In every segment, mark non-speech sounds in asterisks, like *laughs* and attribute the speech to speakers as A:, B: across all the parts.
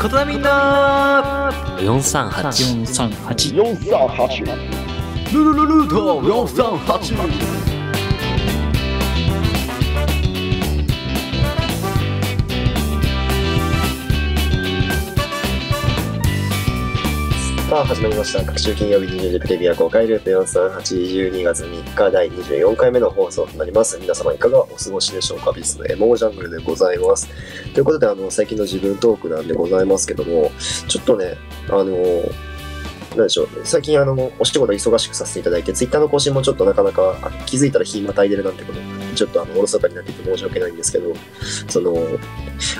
A: ことだみんな
B: 438
C: 438
D: 438
A: ルルルルート438
E: さあ始まりました各週金曜日20時プレビア公開ルート43812月3日第24回目の放送となります皆様いかがお過ごしでしょうかビスのエモージャングルでございますということであの最近の自分トークなんでございますけどもちょっとねあのなんでしょう最近あのお仕事忙しくさせていただいてツイッターの更新もちょっとなかなかあの気づいたら日またいでるなんてことちょっとあのおろそかになっていて申し訳ないんですけどその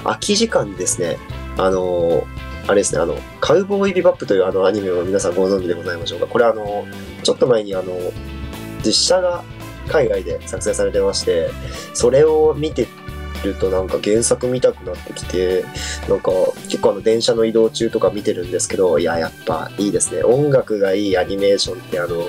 E: 空き時間にですねあのあれですね、あの、カウボーイビバップというあのアニメを皆さんご存知でございましょうか。これあの、ちょっと前にあの、実写が海外で作成されてまして、それを見てるとなんか原作見たくなってきて、なんか結構あの電車の移動中とか見てるんですけど、いや、やっぱいいですね。音楽がいいアニメーションってあの、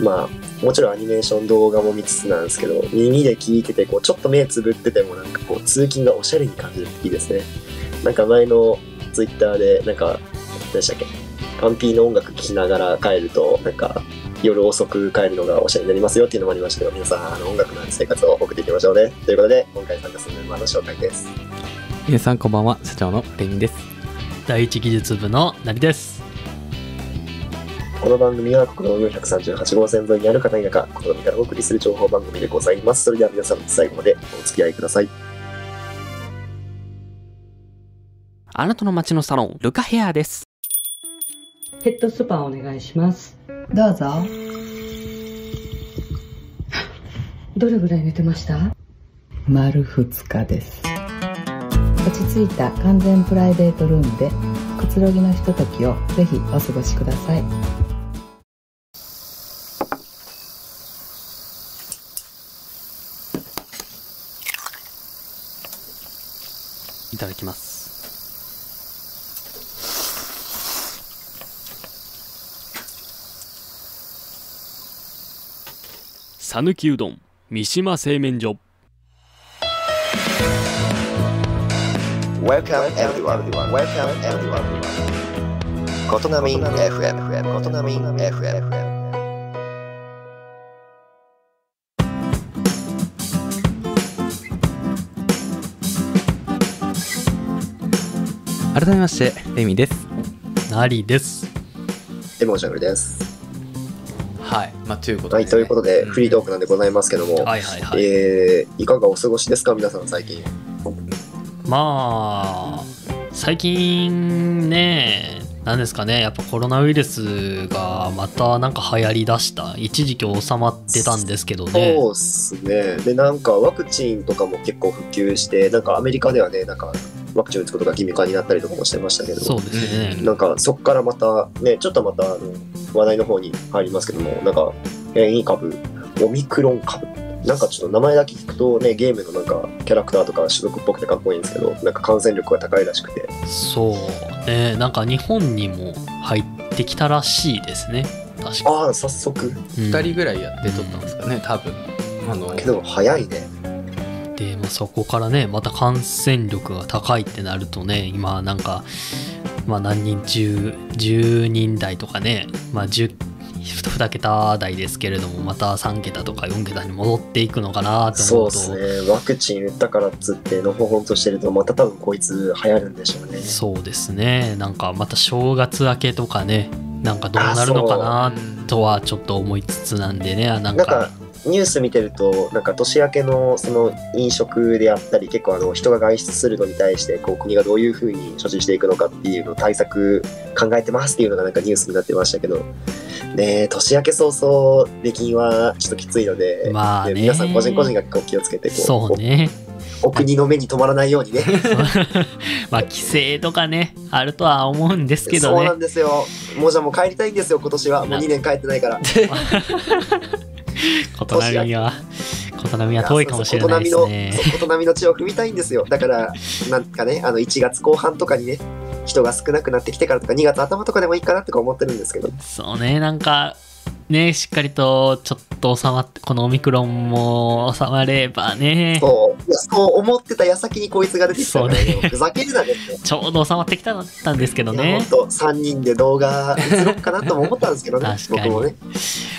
E: まあ、もちろんアニメーション動画も見つつなんですけど、耳で聞いてて、こう、ちょっと目つぶっててもなんかこう、通勤がおしゃれに感じるいいですね。なんか前のツイッターで、なんか、何でしたっけ、パンピーの音楽聴きながら帰ると、なんか、夜遅く帰るのがおしゃれになりますよっていうのもありましたけど、皆さん、あの音楽のある生活を送っていきましょうね。ということで、今回参加するメンバーの紹介です。
B: 皆さんこんばんは社長のレミです
C: 第一技術部のなりです
E: この番組は国道438号線沿いにある片田舎、この海からお送りする情報番組でございます。それでは皆さん、最後までお付き合いください。
B: あなたの街のサロンルカヘアです
F: ヘッドスパお願いします。
G: どうぞ。
F: どれぐらい寝てました
G: 丸2日です。落ち着いた完全プライベートルームでくつろぎのひとときをぜひお過ごしください。
B: いただきます
H: さぬきうどん三島製麺所
E: Welcome everyone. Welcome everyone. コトナミン FM。コトナミン FM。
B: 改めましてレミです
C: なりです
E: エモーショナルです。
B: はいまあということ
E: はい、ということで、フリートークなんでございますけども、
C: はいはいはい、
E: えーいかがお過ごしですか、皆さん最近。
C: まあ最近ね何ですかねやっぱコロナウイルスがまたなんか流行りだした一時期収まってたんですけどね
E: そうっすね。で、なんかワクチンとかも結構普及して、なんかアメリカではね、なんかワクチン打つことが義務化になったりとかもしてましたけど、
C: そうですね、
E: なんかそこからまたねちょっとまたあの話題の方に入りますけどもなんか変異株オミクロン株なんかちょっと名前だけ聞くとねゲームのなんかキャラクターとか種族っぽくてかっこいいんですけどなんか感染力が高いらしくて
C: そうねなんか日本にも入ってきたらしいですね確か
E: ああ早速
C: うん
B: 2人ぐらいやって撮ったんですかね多分あの
E: けど早いね
C: で、まあ、そこからねまた感染力が高いってなるとね今なんか、まあ、何人中 10, 人台とかね、まあ、10 2桁台ですけれどもまた3桁とか4桁に戻っていくのかなと
E: そ
C: 思
E: う
C: う
E: で
C: と
E: すねワクチン打ったからっつってのほほんとしてるとまた多分こいつ流行るんでしょうね
C: そうですねなんかまた正月明けとかねなんかどうなるのかなとはちょっと思いつつなんでねなん
E: なん
C: か
E: かニュース見てるとなんか年明けのその飲食であったり結構あの人が外出するのに対してこう国がどういうふうに処置していくのかっていうの対策考えてますっていうのがなんかニュースになってましたけどねえ年明け早々出禁はちょっときついので、
C: まあね
E: ね皆さん個人個人がこう気をつけてこう
C: そうね
E: おお国の目に止まらないよう
C: *laughs*
E: にね
C: まあ規制とかねあるとは思うんですけど
E: そう
C: ね
E: なんですよもうじゃあもう帰りたいんですよ今年はもう2年帰ってないから
C: 琴波は琴波は遠いかもしれないですね
E: そうそう大人みのそう大人みの地を踏みたいんですよだからなんかねあの1月後半とかにね人が少なくなってきてからとか2月頭とかでもいいかなとか思ってるんですけど
C: そうねなんかね、しっかりとちょっと収まって、このオミクロンも収まればね、
E: そういやそう思ってた矢先にこいつが出てきたから、
C: そうね
E: ね、ふざけるなねって。
C: ちょうど収まってきただったんですけど
E: いや
C: ね
E: ほん。と3人で動画映ろうかなとも思ったんですけどね
C: *laughs* 確、
E: 僕
C: かに
E: もね。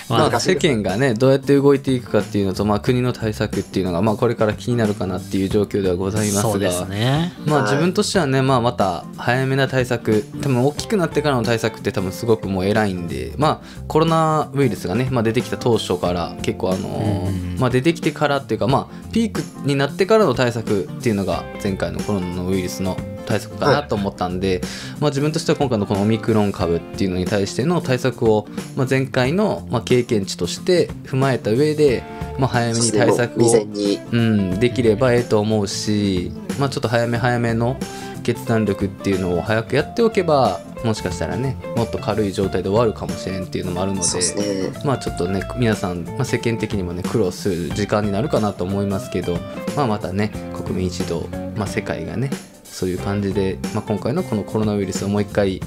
C: ま
E: な
C: あ
E: んか
D: まあ世間がねどうやって動いていくかっていうのと、まあ、国の対策っていうのが、まあ、これから気になるかなっていう状況ではございますが
C: そうですね。
D: まあ、
E: はい
D: 自分としてはね、まあ、また早めな対策多分大きくなってからの対策って多分すごくもう偉いんで、まあ、コロナウイルスがね、まあ、出てきた当初から結構あのー
C: うん
D: まあ、出てきてからっていうか、まあ、ピークになってからの対策っていうのが前回のコロナのウイルスの対策かなと思ったんで、まあ、自分としては今回のこのオミクロン株っていうのに対しての対策を、まあ、前回のまあ経験値として踏まえた上で、まあ、早めに対策を
E: 未然に。
D: うん、できればええと思うし、まあ、ちょっと早め早めの決断力っていうのを早くやっておけばもしかしたらねもっと軽い状態で終わるかもしれんっていうのもあるので
E: そうですね。
D: まあちょっとね皆さん、まあ、世間的にもね苦労する時間になるかなと思いますけど、まあ、またね国民一同、まあ、世界がねそういう感じで、まあ、今回のこのコロナウイルスをもう一回、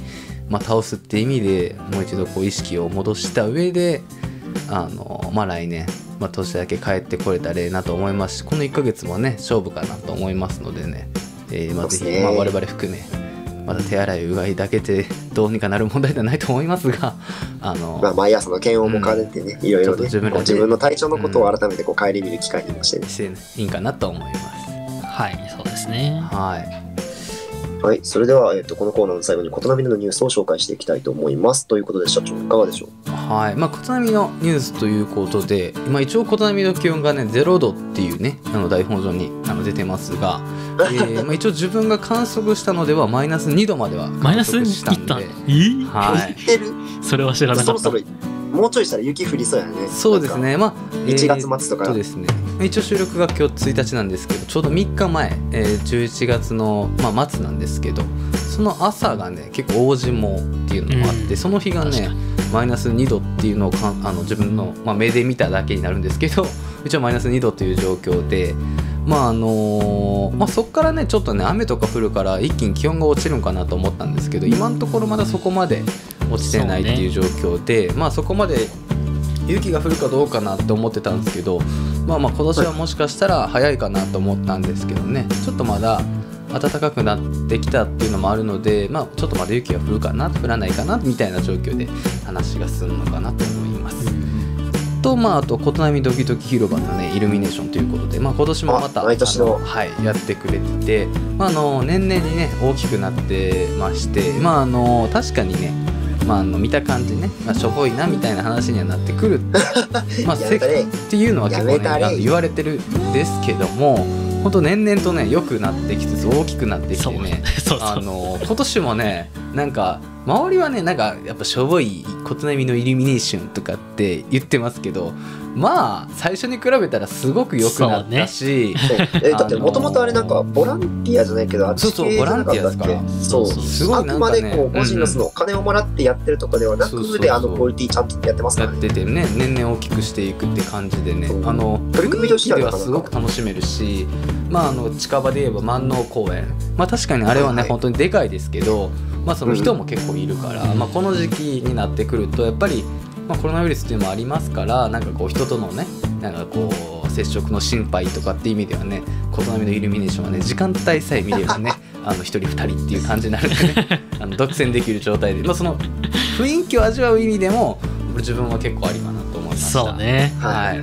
D: まあ、倒すって意味でもう一度こう意識を戻した上であの、まあ、来年、まあ、年だけ帰ってこれたらええなと思いますしこの1ヶ月もね勝負かなと思いますのでね、えーまあ、ぜ
E: そうで
D: ひ、
E: すね
D: まあ、我々含めまだ手洗いうがいだけでどうにかなる問題ではないと思いますがあの、
E: まあ、毎朝の検温も兼ねてね、いろいろ
D: ちょっと
E: ね、
D: 自分らで
E: 自分の体調のことを改めてこう顧みる機会にもしてね。
D: していいんかなと思います。
C: はい、そうですね。
D: はい。
E: はい、それでは、えっとこのコーナーの最後に、ことなみでのニュースを紹介していきたいと思います。ということで、社長、いかがでしょう
D: はい。まあ、ことなみのニュースということで、まあ、一応ことなみの気温がね、0度っていうね、あの台本上にあの出てますが、えー
C: *laughs*
D: まあ、一応自分が観測したのでは、マイナス2度までは
C: マイ
D: 観
C: ナス
D: 測
C: に
D: した
C: 行っ
D: んで。
C: たえ
D: はい。
E: 言ってる
C: *laughs* それは知らな
E: そ
C: か
E: ろ
C: っ
E: そ
C: た
E: ろ。もうちょいしたら雪降りそうやね
D: そうですね、まあ、
E: 1月末とか
D: えーっですね、一応収録が今日1日なんですけど、ちょうど3日前、えー11月の、まあ、末なんですけど、その朝がね、結構大霜っていうのもあって、
C: うん
D: その日が
C: 確
D: ね
C: か、に
D: マイナス2度っていうのをかんあの自分の、まあ、目で見ただけになるんですけど *laughs* 一応マイナス2度という状況で、まああのまあ、そこからねちょっとね雨とか降るから一気に気温が落ちるんかなと思ったんですけど今のところまだそこまで落ちてないっていう状況で、まあ、そこまで雪が降るかどうかなって思ってたんですけど、まあ、まあ今年はもしかしたら早いかなと思ったんですけどねちょっとまだ暖かくなってきたっていうのもあるので、まあ、ちょっとまだ雪が降るかな降らないかなみたいな状況で話が進むのかなと思います。とまあ、あと琴波ドキドキ広場のねイルミネーションということで、まあ、今年もまた
E: あ毎年の
D: あはい、やってくれてて、まあ、あの年々にね大きくなってまして、まあ、あの確かにね、まあ、あの見た感じね、まあ、しょぼいなみたいな話にはなってく
E: *laughs*
D: るまあ
E: やめ
D: せ
E: たね
D: っていうのは結構
E: や
D: ね
E: めたれ
D: あの言われてるんですけども本当年々とね良くなってきつつ大きくなってき
C: そう
D: てね
C: そう *laughs* そ
D: あ
C: う。
D: の今年もねなんか周りはねなんかやっぱしょぼい琴波のイルミネーションとかって言ってますけどまあ最初に比べたらすごく良くなったし、
E: えだってもともとあれなんかボランティアじゃないけどあっち
D: そうそう
E: 系じゃなかったっけ
D: ボランティアです
E: そ
C: そう
E: う
D: すごい
E: あ
D: な
E: く
D: んか
E: ま
D: ね
E: でこう個人のそのお金をもらってやってるとかではな
D: そうそうそ
E: く
D: う
E: であのクオリティちゃんとやってますか
D: や
E: ら
D: っ
E: ね
D: ててね年々大きくしていくって感じでね
E: そう
D: あの
E: 取り組みとしては
D: 雰囲気
E: な
D: では
E: かなか
D: すごく楽しめるし、まあ、あの近場で言えば万能公園、まあ、確かにあれは
E: は
D: ね、
E: いはい
D: 本当にでかいですけど、まあ、その人も結構いるから、まあ、この時期になってくるとやっぱり、まあ、コロナウイルスっていうのもありますからなんかこう人とのねなんかこう接触の心配とかっていう意味ではね琴波のイルミネーションはね時間帯さえ見ればねあの1人2人っていう感じになるんで
C: *laughs*
D: ねあの独占できる状態で、まあ、その雰囲気を味わう意味でも俺自分は結構ありかなと思いました
C: そうね。
D: はい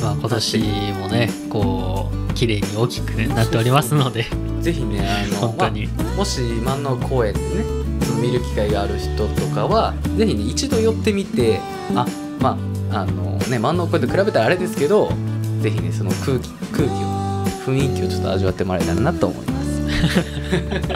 C: まあ今年もね、こう、綺麗に大きくなっておりますので、
D: ぜひねあの
C: 本当に。
D: まあもし万能公園でねその見る機会がある人とかはぜひね一度寄ってみてあまああのね万能公園と比べたらあれですけどぜひねその空気空気を雰囲気をちょっと味わってもらえたらなと思います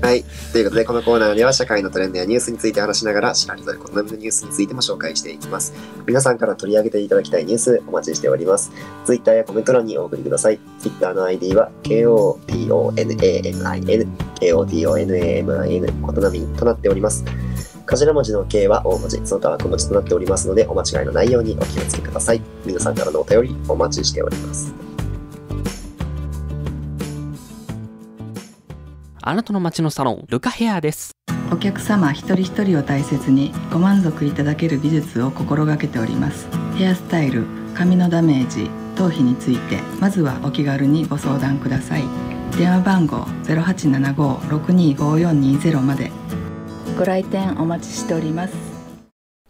E: はいということでこのコーナーでは社会のトレンドやニュースについて話しながら知られざる好みのニュースについても紹介していきます皆さんから取り上げていただきたいニュースお待ちしております Twitter やコメント欄にお送りください Twitter の ID は KOTONAMIN KOTONAMIN ことなみとなっております頭文字の K は大文字、その他は小文字となっておりますので、お間違いのないようにお気をつけください。皆さんからのお便りお待ちしております。
B: あなたの街のサロンルカヘアです
I: お客様一人一人を大切にご満足いただける美術を心がけておりますヘアスタイル髪のダメージ頭皮についてまずはお気軽にご相談ください電話番号0875-625420までご来店お待ちしております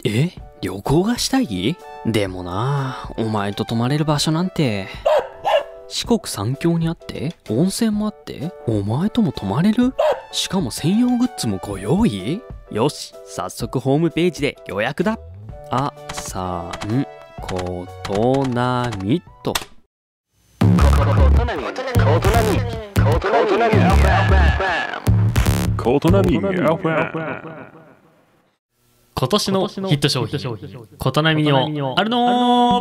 B: え旅行がしたいでもなお前と泊まれる場所なんて四国三峡にあって温泉もあってお前とも泊まれるしかも専用グッズもご用意よし早速ホームページで予約だあさんことなみと
H: コートナミアファ
C: 今年のヒット商品、琴波のあるのー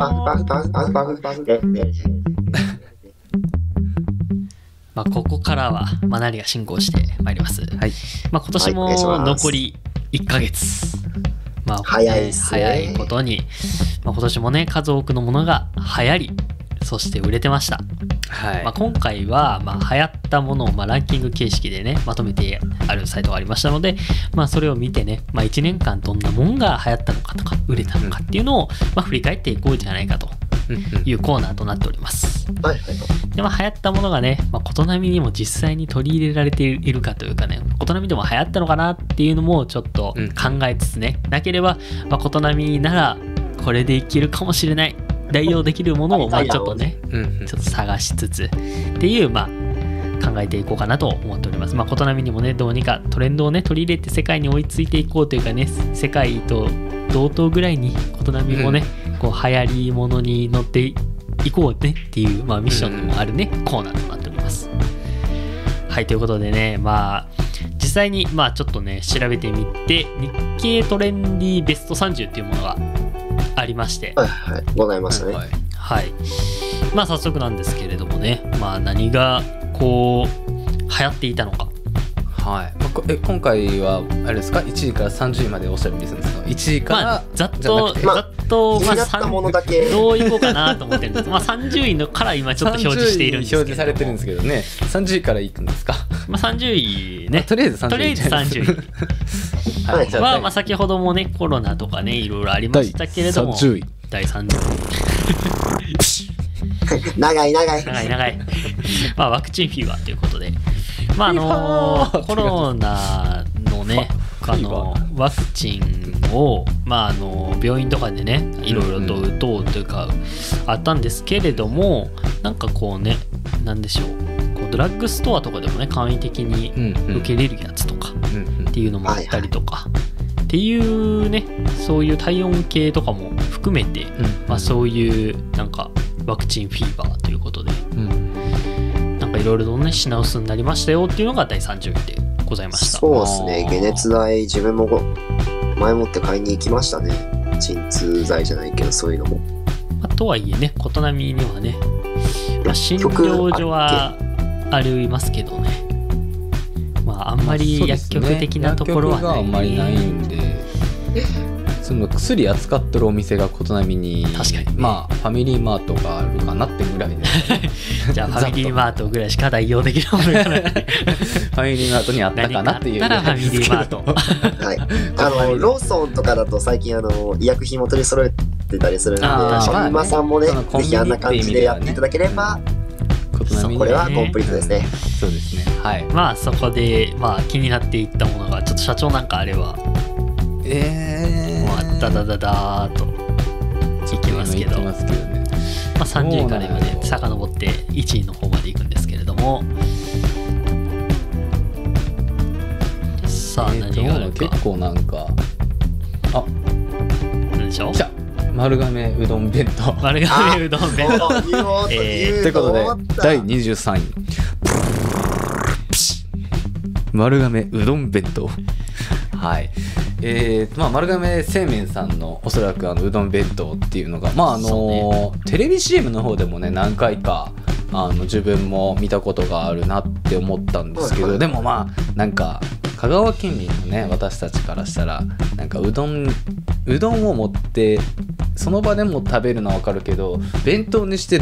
C: まあ、ここからは、まあ、何が進行してまいります。
D: はい
C: まあ、今年
E: はいお願いし
C: も
E: ます
C: 残り1ヶ月。まあ、
E: 早いっすね
C: 早いことに、まあ、今年もね、数多くのものが流行り、そして売れてました。
D: はい
C: まあ、今回は、まあ、流行ったものを、まあ、ランキング形式でねまとめてあるサイトがありましたので、まあ、それを見てね、まあ、1年間どんなもんが流行ったのかとか売れたのかっていうのを、まあ、振り返っていこうじゃないかと
D: うんうん
C: いうコーナーとなっております。
E: はいはい
C: でまあ、流行ったものがね、まあ、琴波にも実際に取り入れられているかというかね琴波でも流行ったのかなっていうのもちょっと
D: うん
C: 考えつつね、なければ、まあ、琴波ならこれでいけるかもしれない代用できるものをまあちょっとね
D: うんうん
C: ちょっと探しつつっていう、まあ、考えていこうかなと思っております。まあ、琴波にもね、どうにかトレンドをね、取り入れて世界に追いついていこうというかね、世界と同等ぐらいに琴波もね、こう流行りものに乗っていこうねっていう、まあ、ミッションでもあるね、コーナーとなっております。はい、ということでね、まあ、実際に、まあ、ちょっとね、調べてみて、日経トレンディベスト30っていうものがありまして、
E: はいはいございますね
D: はい
C: はい。まあ早速なんですけれどもね、まあ何がこう流行っていたのか。
D: はいまあこえ今回はあれですか1位から30位までおしゃべりするんですか1位か
C: まあ
D: ら
C: ざっ
D: じゃな
C: と
D: くて
C: ざっと
E: 気
C: ま
E: に
C: あ
E: なったもの
C: 三
E: だけ
C: どういこうかなと思ってるんです。まあ30位のから今ちょっと表示しているんですけど、
D: 30位表示されてるんですけどね30位からいくんですか
C: まあ30位ね。
D: とりあえず30位
C: とりあえず
D: *laughs*
C: 30
D: はい、
E: はい
D: じゃあ
C: はまあ先ほどもねコロナとかねいろいろありましたけれども、
A: 30位
C: 第30位。
E: 長い長い
C: 長い長い。 *laughs* まあ、ワクチンフィーバーということで。まあ、あの
D: フィーバー
C: コロナのね、
D: ファ
C: あ
D: フィーバ
C: のワクチンを、まあ、あの病院とかでね、いろいろと
D: うんう
C: 打とうというか、あったんですけれども、なんかこうね、なんでしょう、こうドラッグストアとかでもね、簡易的に
D: うんうん
C: 受け入れるやつとかっ
D: うんうん
C: ていうのもあったりとか、っていうね、そういう体温計とかも含めて、まあ、そういうなんかワクチンフィーバーということで
D: うんうん
C: なんかいろいろとね品薄になりましたよっていうのが第30位でございました
E: そうですね
D: あー
E: 解熱剤自分もご前もって買いに行きましたね鎮痛剤じゃないけどそういうのも
C: まあとはいえね琴波にはね、まあ、診
E: 局
C: 療所はありますけどねまああんまり薬局的なところは
D: そうですね薬局があんまりないんでその薬扱っとるお店がことなみに
C: 確かにね
D: まあファミリーマートがあるかなってぐらい
C: *laughs*
D: でフ
C: じゃあ
D: *laughs*
C: ファミリーマートぐらいしか代用できるものがない
D: ァミリーマートにあった
C: 何
D: か
C: か
D: な
C: あっ
D: っていう
C: たらファミリー
D: *laughs*
C: マート
E: はい、あのローソンとかだと最近あの医薬品も取り揃えてたりするので
C: あー
E: シャンマさんもね
D: まあね
E: ぜひあんな感じでやっていただければ、
D: ことなみに
E: これはコンプリートですね
D: そうですねはい
C: まあそこでまあ気になっていったものがちょっと社長なんかあれば
D: え
C: まあダダダダーっといきますけど
D: いきますけどね
C: まあ、30位から
D: そう
C: 今
D: な
C: ね
D: の
C: 遡って1位の方まで行くんですけれどもさあ
D: えーと
C: 何があるか
D: 結構なんか
C: 何でしょう
D: 来た丸亀うどん弁当
C: 丸亀うどん弁当
E: お言おうと言
C: え
D: といううこと
E: と
D: で
E: 思った
D: 第23位丸亀うどん弁当はいえーとまあ、丸亀製麺さんのおそらくあのうどん弁当っていうのが、まああ
C: そう
D: のテレビ CM の方でもね何回かあの自分も見たことがあるなって思ったんですけ
E: は
D: ど、
E: いはい
D: でもまあなんか香川県民のね私たちからしたらなんかうどんうどんを持ってその場でも食べるのは分かるけど弁当にして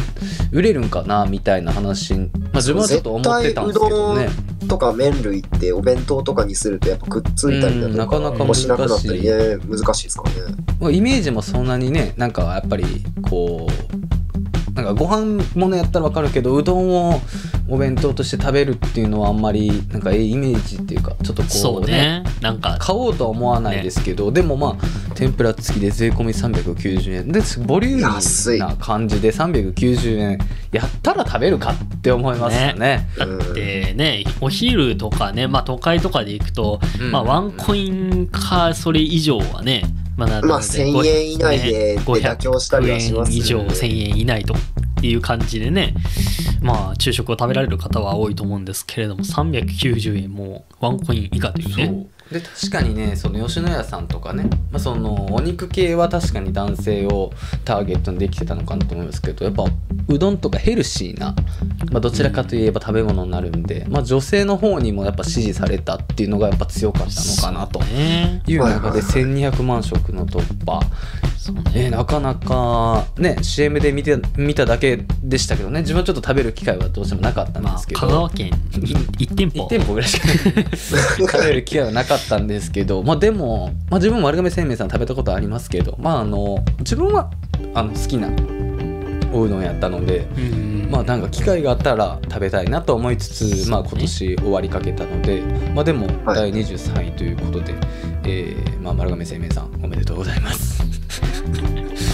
D: 売れるんかなみたいな話、まあ、自分はちょっと思ってたんですけどね
E: とか麺類ってお弁当とかにするとやっぱくっついたりだ
D: うんな
E: と
D: か
E: か
D: なか
E: もしなくなったりね
D: 難
E: 難しいですからね
D: まあイメージもそんなにねなんかやっぱりこうなんかご飯ものやったら分かるけどうどんをお弁当として食べるっていうのはあんまりなんかええイメージっていうかちょっと
C: そ
D: こ
C: う
D: うね
C: ねなんか
D: 買おうとは思わないですけど、でもまあ天ぷら付きで税込み390円でボリュー
E: 安
D: ミ
E: い
D: ーな感じで390円やったら食べるかって思いますよね。
C: だってねお昼とかねまあ都会とかで行くと、
D: うん
C: まあ、ワンコインかそれ以上はねまあなので
E: まあ1000円以内でで妥協したりはします
C: 500円以上
E: ね
C: 1000円以内という感じでねまあ昼食を食べられる方は多いと思うんですけれども390円もワンコイン以下というね
D: で確かにねその吉野家さんとかね、まあ、そのお肉系は確かに男性をターゲットにできてたのかなと思いますけどやっぱうどんとかヘルシーな、まあ、どちらかといえば食べ物になるんで、まあ、女性の方にもやっぱ支持されたっていうのがやっぱ強かったのかなと
C: ね
D: いう中で
E: はいはい
D: 1200万食の突破、
C: そう
D: えー
C: ね
D: なかなかね CM で見て見ただけでしたけどね自分はちょっと食べる機会はどうしてもなかったんで
C: まあ
D: すけど、
C: 香川県1店
D: 1
C: 舗
D: 店舗ぐらいしか *laughs* 食べる機会はなかったんですけど、まあ、でも、まあ、自分も丸亀製麺さん食べたことありますけど、まあ、あの自分はあの好きなおうどんやったので、
C: うん
D: まあ、なんか機会があったら食べたいなと思いつつ、まあ、今年終わりかけたので、まあ、でも
E: は
D: 第
E: い
D: 23位ということで、えーまあ、丸亀製麺さんおめでとうございます。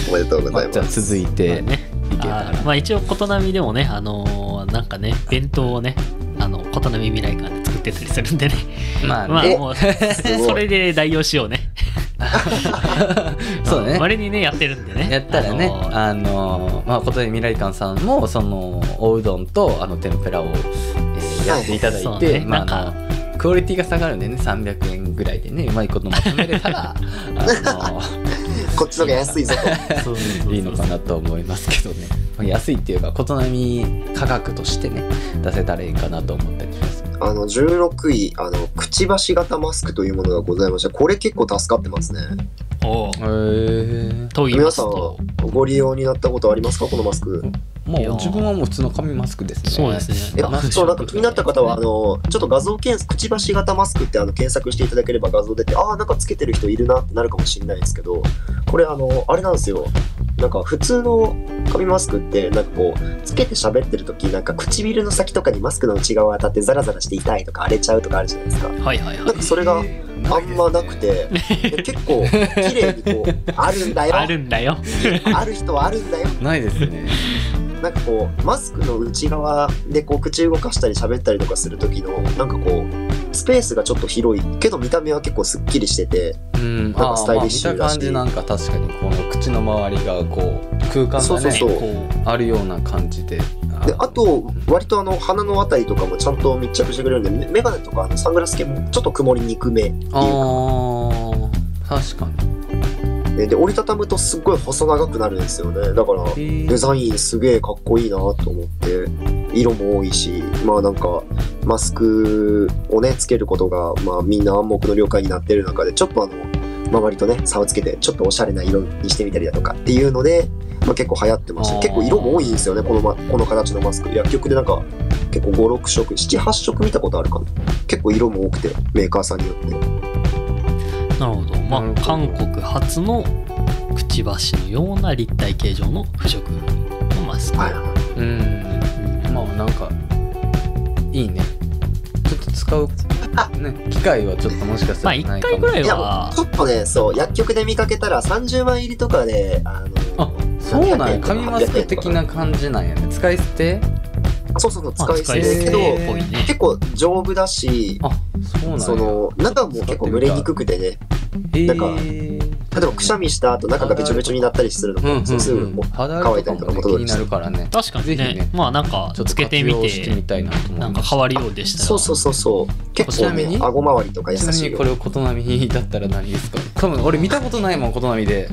E: おめでとうご
D: ま
E: ざい
D: あ、 *laughs* じゃあ
E: ます
D: 続いて、
C: まあね
D: いけた
C: あ
D: ら
C: ーまあ一応琴波でもねあのーなんかね弁当をねあの琴波未来館で作ってたりするんでね
D: まあ
C: まあ
D: ね
C: もうそれで代用しようね
D: そうだね
C: まれにねやってるんでね
D: やったらね、
C: あのー
D: あのーまあ、琴音未来館さんもそのおうどんとあの天ぷらを、えーやっていただ
C: そ
D: いうて、
C: ね
D: まあ、
C: な
D: あ
C: んか
D: のクオリティが下がるんでね300円ぐらいでねうまいことまとめれたらあのー
E: こっちの方が安いぞと
C: そうそうそうそう
D: いいのかなと思いますけどね、まあ安いっていうか琴音価格としてね出せたらいいかなと思ったりします
E: あの16位あのくちばし型マスクというものがございましてこれ結構助かってますね
C: お
D: へ
C: う
D: え
C: と言いま
E: 皆
C: す
E: さん
C: と
E: ご利用になったことありますかこのマスク
D: もう
C: いやー
D: 自分はもう普通の紙マスクですね
C: そうです
E: え
C: ね
D: マスク
E: そうなんか気になった方はあのちょっと画像検索くちばし型マスクってあの検索していただければ画像出てああなんかつけてる人いるなってなるかもしれないんですけどこれあのあれなんですよなんか普通の紙マスクってなんかこうつけて喋ってる時なんか唇の先とかにマスクの内側当たってザラザラして痛いとか荒れちゃうとかあるじゃないですか
C: はいはいは
E: なんかそれがあんまなくて、え結構綺麗にこう *laughs* あるんだ
C: い
E: よ
C: あるんだよ
E: ある人はあるんだよ
D: ないですね
E: なんかこうマスクの内側でこう口動かしたり喋ったりとかする時のなんかこうスペースがちょっと広いけど見た目は結構すっきりしてて
D: うん、
E: なんかスタイリッシュだし
D: あーまあ見た感じなんか確かにこの口の周りがこう空間がね
E: そうそうそう
D: こうあるような感じであ
E: であと割とあの鼻のあたりとかもちゃんと密着してくれるんでメメガネとかあのサングラス系もちょっと曇りにくめっていう
D: あ
E: か
D: ー確か
E: でで折りたたむとすっごい細長くなるんですよねだから
D: に
E: デザインすげえかっこいいなと思って色も多いしまあなんかマスクをねつけることが、まあ、みんな暗黙の了解になってる中でちょっとあの周りとね差をつけてちょっとおしゃれな色にしてみたりだとかっていうので、まあ、結構流行ってました
D: あー
E: 結構色も多いんですよねこの,、ま、この形のマスク薬局でなんか結構56色78色見たことあるかな結構色も多くてメーカーさんによって
C: なるほどま
D: な
C: あ
D: るほ
C: 韓
D: ど
C: 国初のくちばしのような立体形状の不織布のマスク、
E: はいはい
D: うんまあなんかいいねちょっと使う、ね、機会はちょっともしかした
C: まあ
D: らな
C: 1
D: いか
C: 回
D: も
C: ぐらい
E: いや
C: は
E: ちょっとねそう薬局で見かけたら30枚入りとかであの
D: あそうなんや紙マス
E: 800
D: ク
E: 円と
D: 的
E: か
D: な感じなんやね使い捨て
E: そうそう
C: ま
E: そ
C: あ
E: う、使
C: 使
E: い
C: い
E: 捨
C: 捨
E: て
C: て
E: け
C: っ
E: ど、
C: ぽいね
E: 結構丈夫だし、
D: あそうなんや
E: その中も結構蒸れにくくてね、
D: えー
E: なんか例えばくしゃみした後中がべちょべちょになったりするの
D: うんうん
E: も、
D: うん
E: そうすぐもう
D: 肌荒れとかもね気になるからね
C: 確かにね
D: ぜひね
C: まあなんか
D: ちょっと
C: つけてみ
D: 活用してみ
C: て
D: たいなと思い
C: な
D: ます
C: んか変わるようでしたら
E: そうそうそうそう、結構
D: ちなみ
E: ね、
D: に
E: 顎周りとか優
D: ちなみ
E: しい
D: に
E: よ
D: こ。れを琴波だったら何ですか多分俺見たことないもん琴波で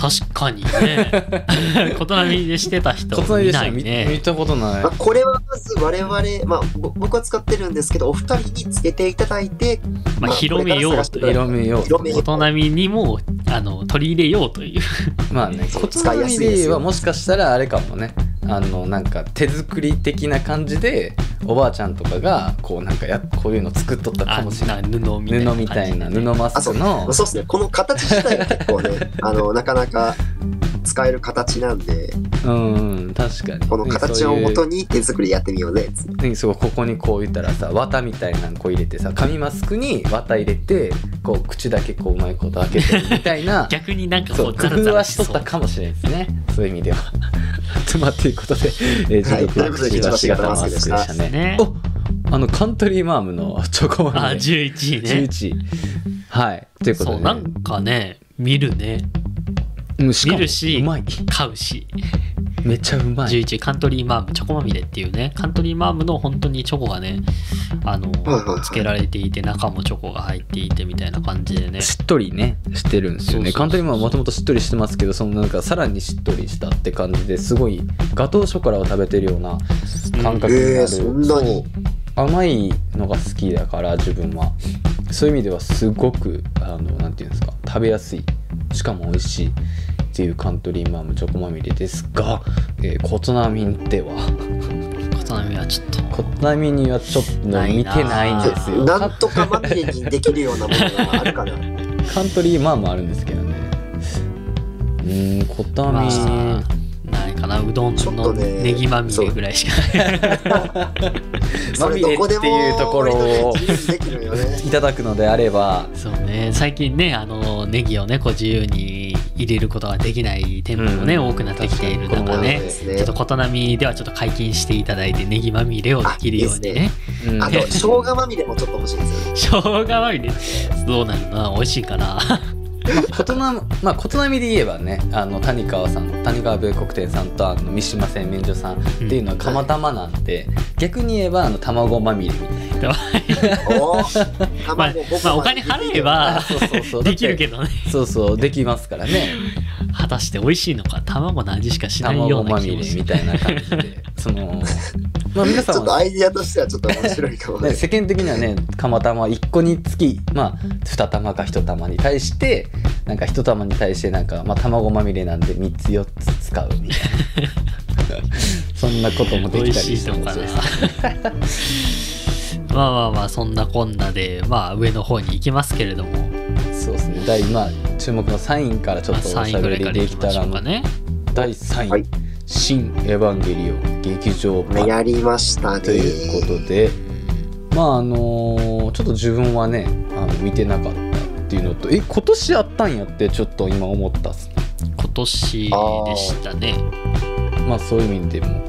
C: 確かにね *laughs* ことなみでしてた人見ない
D: 見
C: ね
D: 見たことない
E: まあ、これはまず我々、まあ、ぼ僕は使ってるんですけど、お二人につけていただいて、
C: まあ広めようと
E: これから探してください
D: 色目よ
E: 広めよう
C: ことなみにもあの取り入れようという
D: まあね
E: そう
D: コトナ
E: 使いや
D: ミ
E: すいです
D: デ
E: よ
D: はもしかしたらあれかもねあのなんか手作り的な感じでおばあちゃんとかがこうなんかやこういうの作っとったか
C: あ
D: もしれない
C: な布みたいな
D: 布みたいな
C: 感じで
D: 布
C: ね
D: マ
E: あ
D: ス
E: そう
D: クの
E: そうですね、この形自体が結構ね、あのなかなか使える形なんで、
D: うんうん確かに
E: この形をもと
D: に
E: に手作りやってみようぜ。
D: そうここにこう言ったらさ綿みたいなのこう入れてさ紙マスクに綿入れてこう口だけこううまいこと開けてみたいな
C: 逆になんか
D: そ
C: こ
D: う
C: う
D: 工
C: ザラザ
D: 夫
C: ラ
D: は
C: し
D: し
C: そ
D: と
C: う
D: ったかもしれないですねそういう意味では。とまあということで、えー、
E: はい
D: 16の
E: と
D: 口は
E: いうことで18型マスクでした
D: 型マスクでしたね。
C: ね
D: おあのカントリーマームのチョコマン
C: あ
D: で
C: 11位ね
D: 11はいということで、
C: そう
D: ね、
C: なんかね見るね
D: うんしかも
C: 見るし
D: うまい
C: 買うし
D: めっちゃうまい
C: 11カントリーマームチョコまみれっていうねカントリーマームの本当にチョコがねあの
E: はいはいはい
C: つけられていて中もチョコが入っていてみたいな感じでね
D: しっとりねしてるんですよ
C: そうそうそ
D: ね
C: う
D: カントリーマームもともとしっとりしてますけどそのなんかさらにしっとりしたって感じですごいガトーショコラを食べてるような感覚になる、
E: えー、そんなに。
D: 甘いのが好きだから自分はそういう意味ではすごくあのなんていうんですか食べやすいしかも美味しいっていうカントリーマームチョコまみれですが、えー、コトナミンでは *laughs*
C: 渡辺はちょっと
D: コトナミンにはちょっと
C: ない
D: 見
C: なあ
D: てないんですよ
E: な
D: カ
E: んとかまみれにできるようなものがあるかな。
D: カントリーマームあるんですけどねうーんコトナミン、
C: まあないかなうどん
E: ちょっと
C: の
E: ね
C: ネギまみれぐらいしかない
E: それどこでも
D: まみれっていうところを
E: 割とね自由にできるよ
D: *laughs*
E: ね。
D: いただくのであれば
C: そうね最近ねあのネギをねこう自由に入れることができない店舗もね、
D: うん
C: 多くなってきてい
D: 確
C: る
D: か
C: 中
D: に
C: ね
E: ですね
C: ちょっと琴波ではちょっと解禁していただいてネギまみれをできるようにね
D: うん
E: あと、生姜まみれもちょっと欲しいん
C: *laughs*
E: ですよ。
C: 生姜まみれどうなるのかな美味しいかな
D: コトナまあコトナミで言えばねあの谷川さん谷川米国店さんとあの三島製麺所さんっていうのは釜玉なんで、逆に言えばあの卵まみれみたいな
E: おー
C: まあ
E: 卵5個
C: まあお
E: ま
C: 金
E: で
C: 払えば
D: そうそう *laughs* そう
C: できるけどね
D: そうそうできますからね
C: *laughs* 果たして美味しいのか卵の味しかしないよ
D: 卵
C: うな
D: ま
C: 気
D: み
C: も
D: れ
C: する
D: みたいな感じでそのまあ皆さ
E: ち
D: ん
E: ょっと
D: は
E: アイディアとしてはちょっと面白いかも
D: ね
E: ね。
D: 世間的にはね釜玉1個につきまあ2玉か1玉に対してなんか1玉に対してなんか、まあ、卵まみれなんで3つ4つ使うみたい
C: *laughs*
D: なそんなこともで
C: 美
D: きた
C: 味
D: り
C: しい
D: して
C: のかな
D: 面白いです
C: まあまあまあそんなこんなでまあ上の方に行きますけれども
D: そうですね。第まあ注目のサインからちょっと
C: まあ
D: お
C: 3
D: し
C: 位
D: ゃ
C: ぐら
D: べ
C: いか
D: り
C: ら
D: でき
C: 行き
D: た
C: まし
D: ら
C: ょう
D: の
C: かね
D: 第3位、
E: はい
D: 新エヴァンゲリオン劇場版
E: やりましたね。
D: ということで、まああのーちょっと自分はねあの見てなかったっていうのと、え今年やったんやってちょっと今思ったっすね。
C: 今年でしたね
D: まあそういう意味でも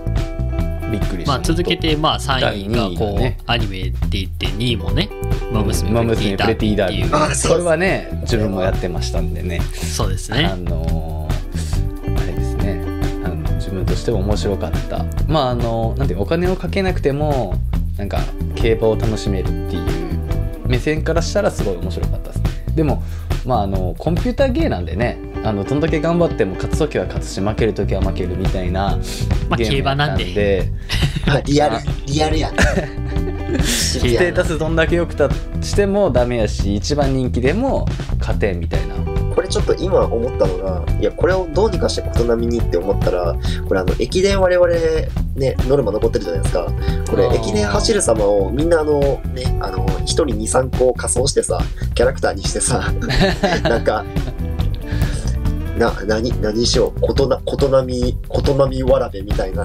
D: びっくりしたのと。
C: まあ続けてまあ3位が
D: 第二位
C: こ
D: が
C: う
D: ね
C: アニメって言って2位もね「まあ娘
D: まあ
C: プレティ
D: 娘
C: ーダ
D: プ
C: ー」
D: レ
C: っ
D: ティーダ
C: て
D: ー
C: いう
E: あそう
D: これはね自分もやってましたんでね。
C: そうです
D: あ
C: ね
D: のーあれですねあの自分としても面白かったまああのなんていうかお金をかけなくてもなんか競馬を楽しめるっていう目線からしたらすごい面白かったですでもまああのコンピューターゲーなんでねあのどんだけ頑張っても勝つ時は勝つし負ける時は負けるみたいな
C: まあ
D: ゲーム
C: 競馬なんで
D: やった
E: あ
D: で
E: リアル、リアルやね。シ
D: ス
E: ビア
D: テー
E: な
D: タスどんだけ良くたしてもダメやし一番人気でも勝てんみたいな
E: これちょっと今思ったのが、いや、これをどうにかして琴波にって思ったら、これあの、駅伝我々ね、ノルマ残ってるじゃないですか。これ
C: あー
E: 駅伝走る様をみんなあの、ね、あの、一人二三個仮装してさ、キャラクターにして
D: *laughs*
E: さ、なんか、な、何、何しよう、ことな、ことなみ、ことなみわらべみたいな。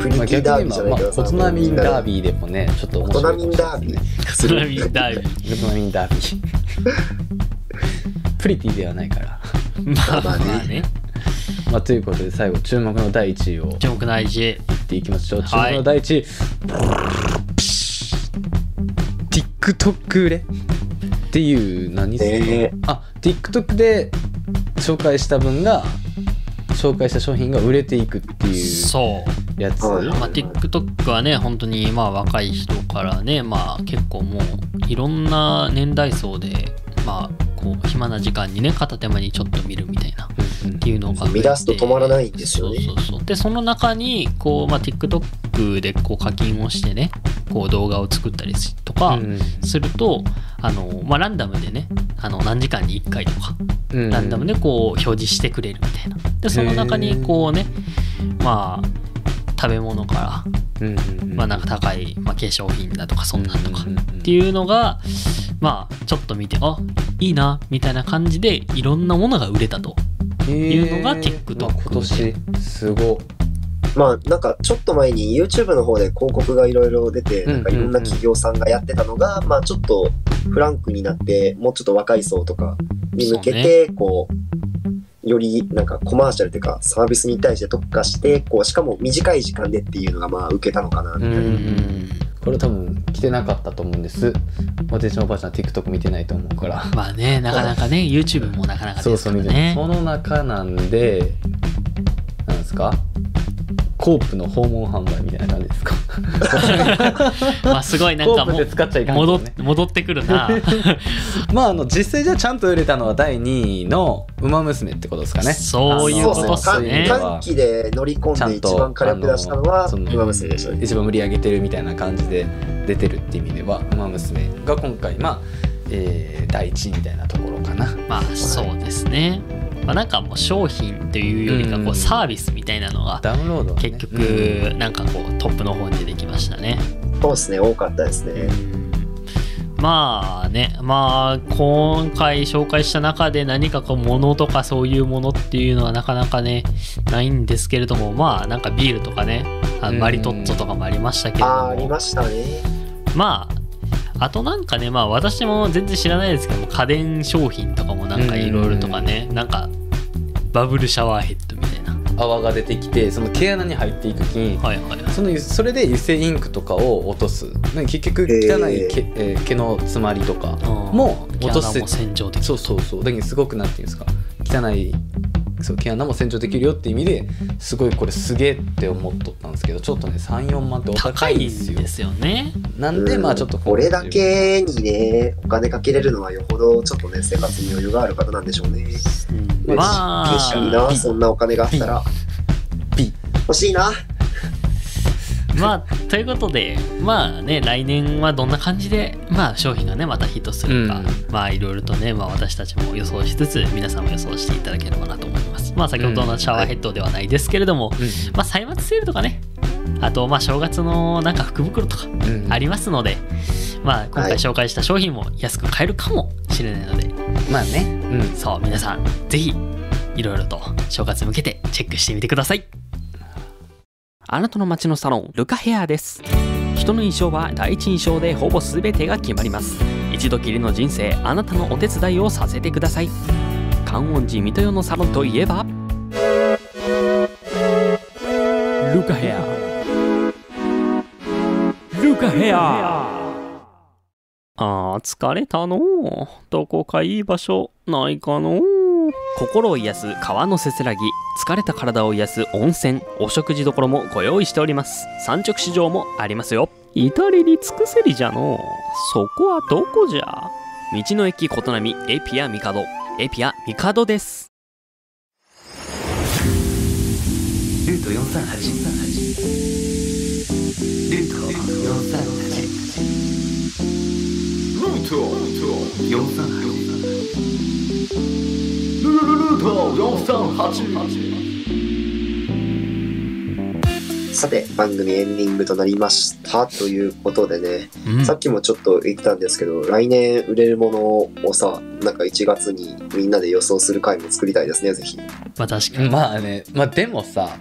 E: プリ
D: まあ、
E: ティ
D: 逆
E: ダー
D: に
E: ビーじゃない
D: 言えば、ま
E: け
D: あ、
E: どさ、
D: コトナミンダー
E: ー。
D: ビーでもね、ちょっと面白いかもしれないですね。
C: そ
D: *laughs*
C: れはみ *laughs* んな
D: コトナミンダービー。
C: *laughs*
D: プリティではないから。
C: まあまあね
D: まあ、ということで、最後、注目の第1位を
C: 注目の IG
D: 言っていきましょう。注
C: はい
D: 目の第1位。TikTok 売れっていう、何ですか、
E: え
D: あ、TikTok で紹介した分が、紹介した商品が売れていくっていう
C: そう
D: やつ。
E: はい
C: まあ、TikTok はね本当にまあ若い人からねまあ結構もういろんな年代層でまあこう暇な時間にね片手間にちょっと見るみたいなっていうのが
E: 見出すと止まらないんですよね
C: そうそうそうでその中にこう、まあ、TikTok でこう課金をしてねこう動画を作ったりしとかすると、あのまあ、ランダムでねあの何時間に1回とかランダムでこう表示してくれるみたいなでその中にこうねまあ食べ物からまあなんか高い、まあ、化粧品だとかそんなんとかっていうのがまあちょっと見てあいいなみたいな感じでいろんなものが売れたと
D: て
C: いうのが TikTok
D: 今年すご
E: まあなんかちょっと前に YouTube の方で広告がいろいろ出て
D: うん
E: なんかいろんな企業さんがやってたのが、まあちょっとフランクになってもうちょっと若い層とかに向けてこうよりなんかコマーシャルというかサービスに対して特化してこうしかも短い時間でっていうのがまあ受けたのかなみたいな、
C: うん
D: これ多分来てなかったと思うんです私のおばあちゃん TikTok 見てないと思うから
C: まあねなかなかね YouTube もなかな
D: *laughs*
C: か
D: そ
C: で
D: う
C: す
D: そ
C: か
D: う
C: ら
D: 見てない
C: ね
D: その中なんでなんですかコープの訪問販売みたいな感じ *laughs* ですか
C: まあすごいなん
D: コ
C: か
D: ー
C: も
D: プで使っちゃいかんけ
C: 戻
D: ど
C: っ
D: ね
C: 戻ってくるな
D: まああの実際じゃあちゃんと売れたのは第2位の「ウマ娘」ってことですかね
C: *laughs* そういうことっす
E: そうです
C: ね
E: ね
D: あの
E: 短期で乗り込
D: ちゃ
E: んで
D: んと
E: 一番火力出したのは
D: あのその
E: 馬娘でしたね
D: 一番盛り上げてるみたいな感じで出てるって意味では「ウマ娘」が今回まあ、えー第1位みたいなところかな
C: まあそうですね、まあ、なんかもう商品というよりかこ
D: う
C: うんサービスみたいなのが
D: ダウンロードはね、
C: 結
D: うん
C: 局なんかこうトップの方に出てきましたね、
E: そうですね多かったです
C: う
E: ね
C: んまあねまあ今回紹介した中で何かこう物とかそういうものっていうのはなかなかねないんですけれどもまあなんかビールとかねあ
D: うん
C: マリトッツォとかもありましたけれども
E: あーありましたね
C: まああとなんかねまあ私も全然知らないですけども家電商品とかもなんかいろいろとかねなんかバブルシャワーヘッドみたいな
D: 泡が出てきてその毛穴に入っていくき
C: はいはいはい
D: そのそれで油性インクとかを落とすなんか結局汚い毛,、えー毛の詰まりとかも
C: うん
D: 落と
C: 毛穴
D: す
C: も洗浄的
D: そうそうそうだけどすごくなんていうんですか汚いそう毛穴も洗浄できるよって意味ですごいこれすげえって思っとったんですけどちょっとね34万ってお
C: 高
D: 高
C: い
D: いん
C: んで
D: ですよ
C: すよね
D: なんで
E: うん
D: まあちょっと
E: これだけにねお金かけれるのはよほどちょっとね生活に余裕がある方なんでしょうね
C: まあ
E: 嬉しいなそんなお金があったら
D: ピ
E: 欲しいな
C: まあということでまあね来年はどんな感じでまあ商品がねまたヒットするか、
D: うん
C: まあいろいろとね、まあ、私たちも予想しつつ皆さんも予想していただければなと思いますまあ先ほどのシャワーヘッドではないですけれども、
D: う
C: まあ歳末セールとかねあとまあ正月のなんか福袋とか
D: んうん
C: ありますので、まあ今
E: は
C: 回
E: い
C: 紹介した商品も安く買えるかもしれないので、
D: まあねうん
C: そう皆さんぜひいろいろと正月に向けてチェックしてみてください
B: あなたの街のサロンルカヘアです人の印象は第一印象でほぼ全てが決まります一度きりの人生あなたのお手伝いをさせてください観音寺水戸代のサロンといえばルカヘアルカヘアあー疲れたのうどこかいい場所ないかのう心を癒す川のせせらぎ疲れた体を癒す温泉お食事処もご用意しております産直市場もありますよ至れり尽くせりじゃのうそこはどこじゃ道の駅琴波エピア帝エピア帝です
A: ルート438ルート438ルート438ルルルルート438
E: さて番組エンディングとなりましたということでね、さっきもちょっと言ったんですけど来年売れるものをさなんか1月にみんなで予想する回も作りたいですねぜひ
C: まあ確かに、
D: まあねまあでもさ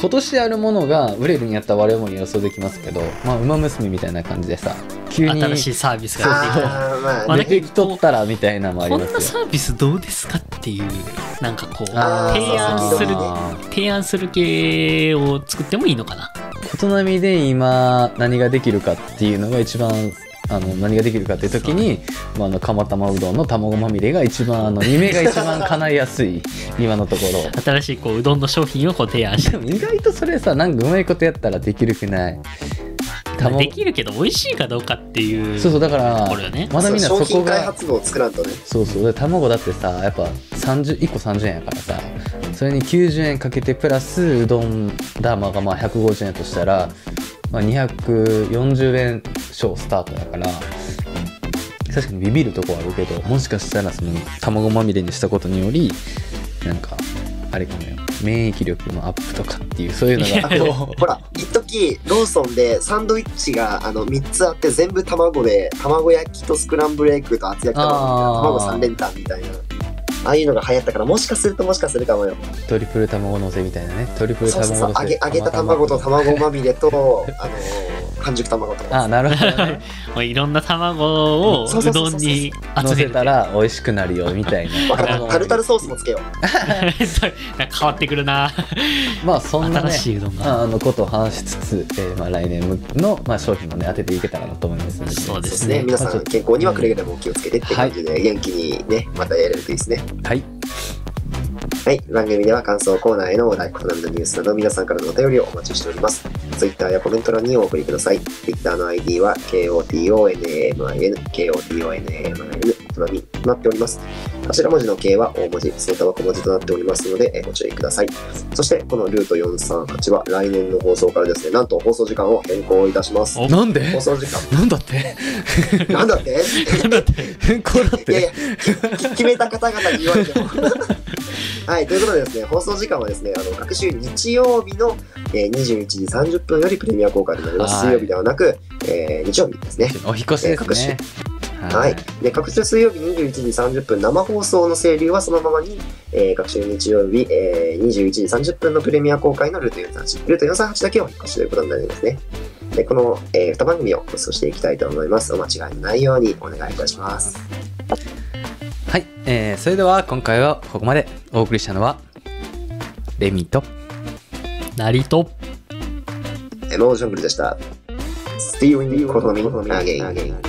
D: 今年あるものが売れるんやったら我々も予想できますけどまあ「ウマ娘」みたいな感じでさ急に
C: 新しいサービスが出てきた
E: あーまあ
C: まあ
E: ね
D: 出てきとったらみたいなのもあり
C: こん
D: ま
C: な
D: すよ
C: サービスどうですかっていうなんかこう
D: あー
C: 提案する
D: あー
C: 提案する系を作ってもいいのかな
D: 琴波で今何ができるかっていうのが一番あの何ができるかっていう時に、まあ、あの釜玉うどんの卵まみれが一番あの夢が一番叶いやすい今のところ
C: 新しいこううどんの商品をこう提案して
D: でも意外とそれさなんかうまいことやったらできるくない *laughs* 卵
C: できるけど美味しいかどうかっていう
D: そうそうだから
C: これよね
D: まだみんなそ
E: 商
D: こ
E: 品開
D: が
E: 発部を作らんとね。
D: そうそうで卵だってさやっぱ30 1個30円やからさそれに90円かけてプラスうどん玉がまあ150円やとしたら、まあ、240円小スタートやから確かにビビるとこはあるけどもしかしたらその卵まみれにしたことによりなんかあれかもよ免疫力のアップとかっていうそういう *laughs* のがこ
E: ほら、一時ローソンでサンドイッチがあの3つあって全部卵で、卵焼きとスクランブルエッグと厚焼き卵みたいな、
D: あー
E: 卵3連単みたいな。ああいうのが流行ったから、もしかするともしかするかもよ。
D: うトリプル卵のせみたいなねトリプル
E: そう
D: 卵
E: そう
D: のせ
E: そう、揚げ揚げた卵と卵まみれと、あのー半熟卵と
D: あ
E: か。
D: なるほどね
C: もういろんな卵を
E: そう
C: う
E: そうそ
C: ど
E: うそうん
C: に集
D: 乗
C: め
D: せ
C: る
D: たら美味しくなるよみたい
E: *laughs*
D: な
E: わかった
C: あのー
E: タルタルソースもつけよう。
C: *laughs* そうなんか変わってくるな
D: まあそんなね
C: 新しいうどん
D: まあ
C: が
D: あのことを話しつつ、えーまあ、来年の、まあ、商品もね当てていけたらなと思いますので
C: そうで
E: ですすね。
C: ね
E: 皆さん、健康にはくれぐれもお気をつけてって
D: はい
E: 感じで、元気にね、またやれるといいですね。
D: はい
E: はい、番組では感想コーナーへのお題、異なるニュースなど皆さんからのお便りをお待ちしております。Twitter やコメント欄にお送りください。Twitter の ID は KOTONAMIN、KOTONAMIN となりとなっております。頭文字の K は大文字、その他は小文字となっておりますのでえご注意ください。そして、このルート438は来年の放送からですね、なんと放送時間を変更いたします。
C: お
D: なん
E: 放
D: で
E: 送時間、
D: なんだって *laughs*
E: なんだって
D: 変更だっ
E: いやいや
D: て、
E: き *laughs* 決めた方々に言われても。 *laughs* はい、ということでですね、放送時間はですね、あの、各週日曜日の、えー21時30分よりプレミア公開となります。
D: はい
E: 水曜日ではなく、えー日曜日ですね。
D: お引越しですね
E: はい。で、各週水曜日21時30分生放送の清流はそのままに、えー各週日曜日、えー21時30分のプレミア公開のルート438、ルート438だけを引っ越しということになりますね。で、この、え2番組を放送していきたいと思います。お間違いのないようにお願いいたします。
D: はい、えーそれでは今回はここまでお送りしたのはレミと
C: なりと
E: エモージョングルでした。See you in the economy again.